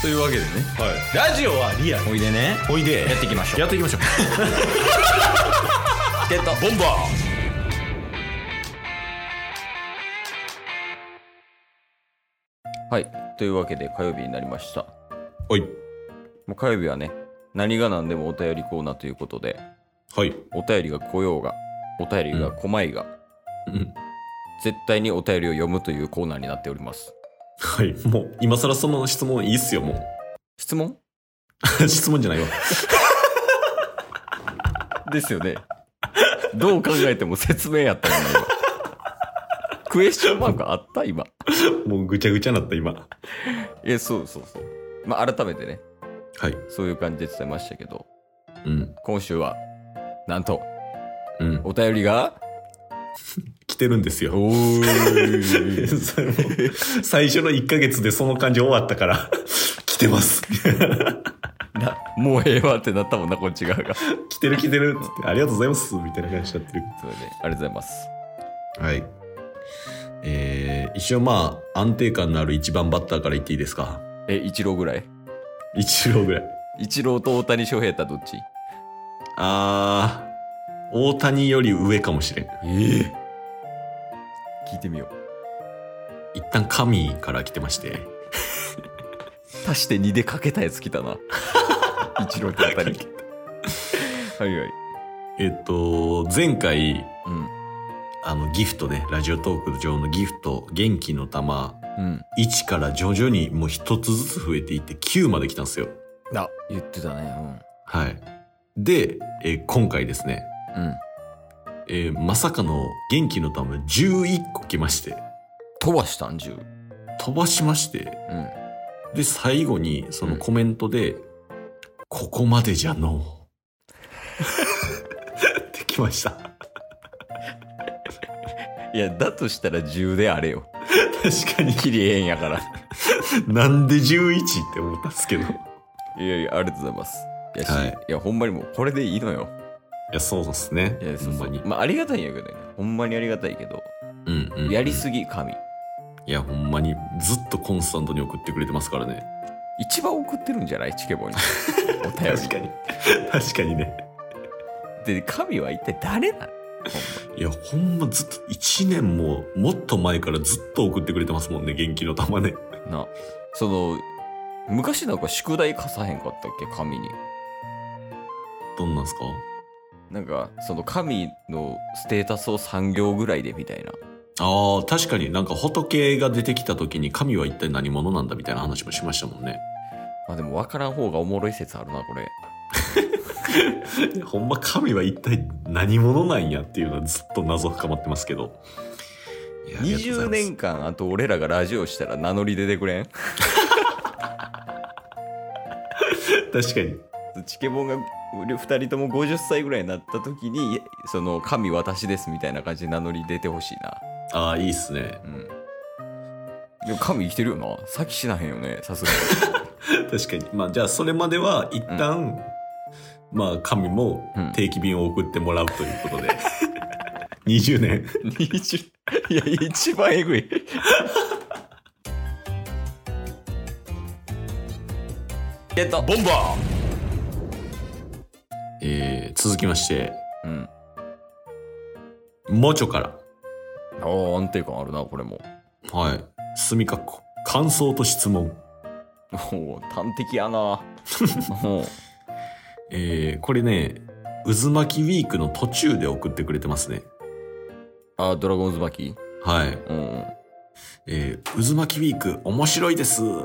というわけでねはい、ラジオはリアルおいでねおいでやっていきましょうやっていきましょう ってたボンバはいというわけで火曜日になりましたーはいもう火曜日はね何が何でもお便りコーナーということではいお便りが来ようがお便りが来まいが、うん絶対にお便りを読むというコーナーになっておりますはいもう今更その質問いいっすよも質問う 質問じゃないわですよねどう考えても説明やったよね今クエスチョンマークあった今もうぐちゃぐちゃになった今はえそうそうそうまあ改めてねいそういう感じで伝えましたけどうん今週はなんとうんお便りが来てるんですよおーそれも 最初の1ヶ月でその感じ終わったから来てますな もうええわってなったもんなこっち側がそ 来てる来てるっつってありがとうございますみたいな感じになってるれでありがとうございますはいえー、一応まあ安定感のある1番バッターから言っていいですかえ一郎ぐらい一郎ぐらい一郎と大谷翔平やったらどっちあー、大谷より上かもしれん。ええ聞いてみよう一旦神から来てまして。足して2でかけたやつ来たな一郎と大谷はいはいえっと、前回、うんあの、ギフトね、ラジオトーク上のギフト、元気の玉、うん1から徐々にもう一つずつ増えていって9まで来たんですよ。あ言ってたねはい。で、えー今回ですね、うん、うん、えーまさかの元気の玉11個来まして、飛ばしたん10飛ばしまして、うんで、最後にそのコメントで、ここまでじゃのう。ってきました。いやだとしたら10であれよ確かに。切りえんやからなんで11って思ったんですけど。いいやいやありがとうございますいや,し、はいい、やほんまにもうこれでいいのよや、そうですね。いやそうほんそまうに。まあありがたいんやけどねほんまにありがたいけどうんうんうんやりすぎ神いや、ほんまに、ずっとコンスタントに送ってくれてますからね。一番送ってるんじゃないチケ ボにお便確りかに。 確かにね。で神は一体誰なのいや、ほんまずっと、1年も、もっと前からずっと送ってくれてますもんね、元気の玉ね。ほんまなその昔なんか宿題課さへんかったっけ神にどんなんすかなんかその神のステータスを3行ぐらいでみたいなああ、確かになんか仏が出てきた時に神は一体何者なんだみたいな話もしましたもんね。まあでも分からん方がおもろい説あるなこれい やほんま神は一体何者なんやっていうのはずっと謎深まってますけど。いやありがとうございま20す年間あと俺らがラジオしたら名乗り出てくれん 確かに。チケボンが2人とも50歳ぐらいになった時にその神私ですみたいな感じで名乗り出てほしいなああ、いいっすね。うんでも神生きてるよな先死なへんよねさすが確かに。まあじゃあそれまでは一旦、まあ神もうん定期便を送ってもらうということで。20年。 に20いや一番えぐいえっとボンバーえー、続きまして、うんモチョから。ああ安定感あるなこれもはい。墨括弧。感想と質問。おお端的やな おうえー、これね、渦巻きウィークの途中で送ってくれてますね。あードラゴンズ巻きはい。うんうんえー、渦巻きウィーク面白いです。うんうん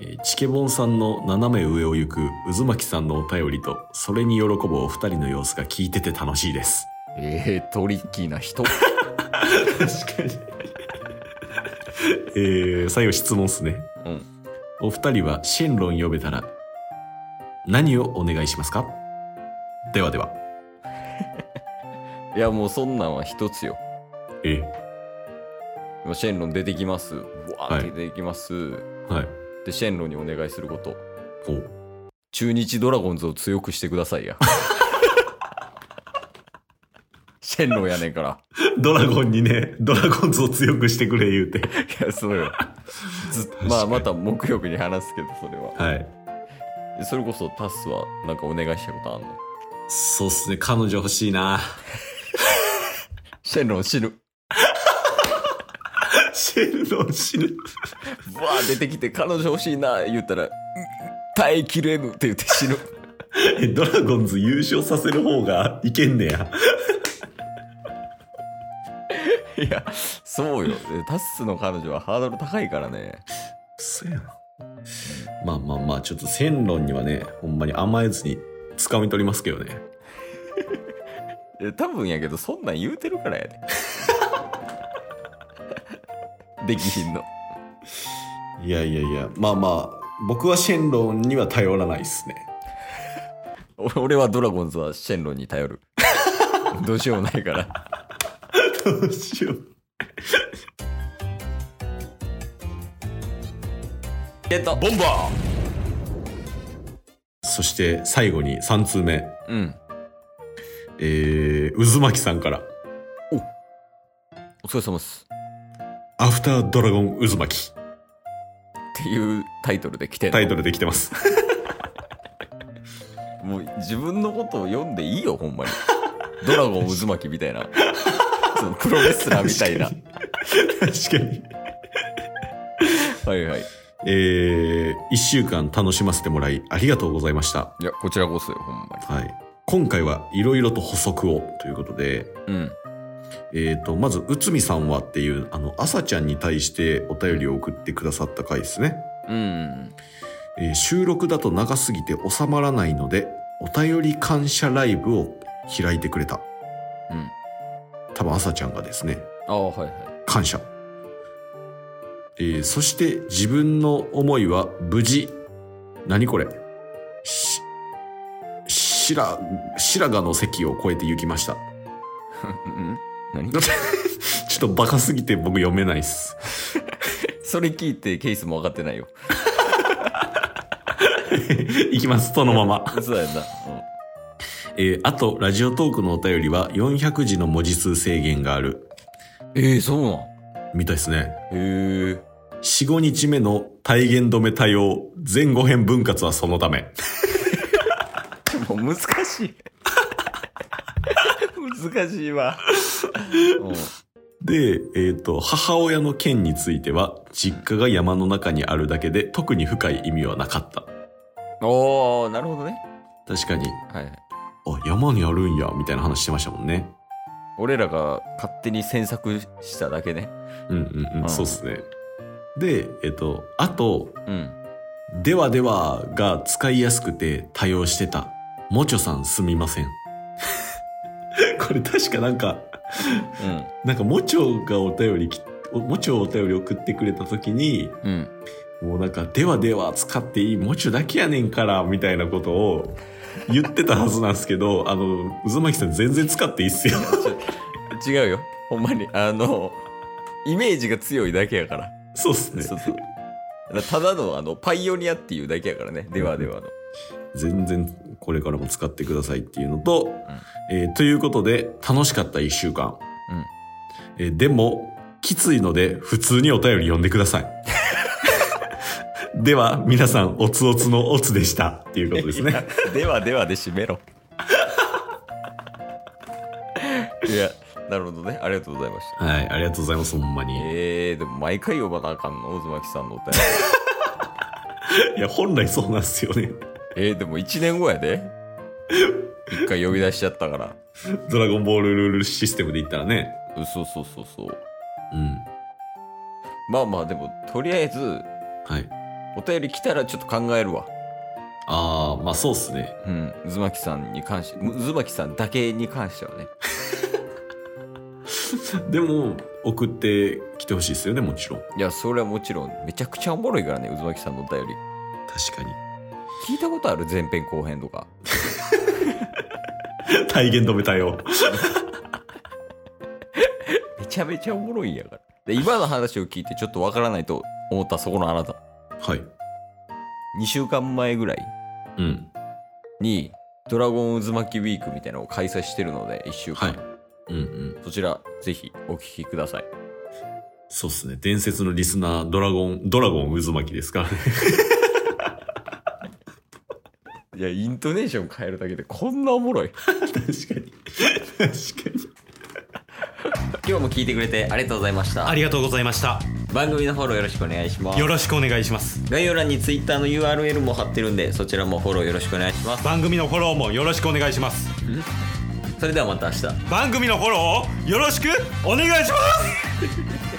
えーチケボンさんの斜め上を行く渦巻きさんのお便りと、それに喜ぶお二人の様子が聞いてて楽しいです。えー、トリッキーな人 確かに。えー、最後質問っすね。うんお二人はシェンロン呼べたら、何をお願いしますかではでは。いやもうそんなんは一つよえもうシェンロン出てきますうわーはい出てきます、ー、はい。でシェンロンにお願いすることほう。中日ドラゴンズを強くしてくださ いや。シェンロンやねんから。ドラゴンにね、ドラゴンズを強くしてくれ言うて。いや、そうよ。ずにまあまた木曜日に話すけどそれははい。それこそタスはなんかお願いしたことあんのそうっすね、彼女欲しいな。シェンロン死ぬシェルロン死ぬ。わー出てきて彼女欲しいな言ったら耐えきれぬって言って死ぬえドラゴンズ優勝させる方がいけんねや。いやそうよでタスの彼女はハードル高いからねそやなまあまあまあ、ちょっと線論にはね、ほんまに甘えずに掴み取りますけどね。いや多分やけどそんなん言うてるからやで できひんのいやいやいや、まあまあ、僕は線論には頼らないっすね。お俺はドラゴンズはシェンロンに頼るどうしようもないからどうしよう。えっとボンバー そして最後に3通目。うんえー、渦巻さんから。お疲れ様ですアフタードラゴン渦巻き。っていうタイトルで来てんのタイトルできてます。もう自分のことを読んでいいよほんまにドラゴン渦巻きみた いなそのプロレスラーみたいな確かに。確かに。はいはいえー、1週間楽しませてもらいありがとうございました。いやこちらこそよほんまにはい。今回はいろいろと補足をということで、うんえー、と、まず、内海さんはっていう、あの、朝ちゃんに対してお便りを送ってくださった回ですね。うんえー収録だと長すぎて収まらないので、お便り感謝ライブを開いてくれた。うん多分朝ちゃんがですね、ああはいはい感謝。えーそして自分の思いは無事。何これし、白、白髪の席を越えて行きました。うん何ちょっとバカすぎて僕読めないっす。 それ聞いてケースも分かってない よ行きます、そのまま。そうやんな、えーあと、ラジオトークのお便りは400字の文字数制限がある。うん、ええそうなんみたいですね。へえ4、5日目の体言止め対応、前後編分割はそのため。 もう難し い難しいわで、えっ、と、母親の件については、実家が山の中にあるだけで、特に深い意味はなかった。おおーなるほどね確かに、はいはいあ、山にあるんや、みたいな話してましたもんね。俺らが勝手に詮索しただけねうんうんうん、うんそうっすね。で、えっ、と、あと、うんではではが使いやすくて多用してた。もちょさんすみません。 これ確かなんか、うんなんかもちょがお便りき、おもちょお便り送ってくれた時に、うんもうなんか、ではでは使っていい、もちゅだけやねんから、みたいなことを言ってたはずなんですけ ど、あの、渦巻さん全然使っていいっすよ。ち違うよほんまにあのイメージが強いだけやからそうっすね。そうそうだただのあのパイオニアっていうだけやからねではではの全然これからも使ってくださいっていうのと、えーということで、楽しかった一週間。うんえーでも、きついので、普通にお便り読んでくださ い。では、皆さん、おつおつのおつでした。っていうことですね。いやではではで締めろ いやなるほどねありがとうございましたはい、ありがとうございます、ほんまに。えー、でも毎回呼ばなあかんの渦巻さんのお便りいや、本来そうなんですよね。 えー、でも1年後やで一回呼び出しちゃったからドラゴンボールルールシステムで言ったらね。うんそうそうそうそううん。まあまあでもとりあえずはい。お便り来たらちょっと考えるわああ、まあそうっすね。うん、渦巻さんに関して、渦巻さんだけに関してはね。でも、送ってきてほしいですよね、もちろん。いや、それはもちろん、めちゃくちゃおもろいからね、渦巻さんのお便り。確かに。聞いたことある前編後編とか。 体言止めたよ。めちゃめちゃおもろいんやから。で、今の話を聞いてちょっとわからないと思ったそこのあなた。はい。 2週間前ぐらいうん。に、ドラゴン渦巻きウィークみたいなのを開催してるので、1週間。はい。うんうん。そちら、ぜひお聞きください。そうっすね。伝説のリスナー、ドラゴン、ドラゴン渦巻きですからね。いや、イントネーション変えるだけでこんなおも ろい。確かに。確かに。今日も聞いてくれてありがとうございました あ。りがとうございました番組のフォローよろしくお願いしますよ。ろしくお願いします概要欄に Twitter の URL も貼ってるんで、そちらもフォローよろしくお願いします。番組のフォローもよろしくお願いしますそれではまた明日。番組のフォローをよろしくお願いします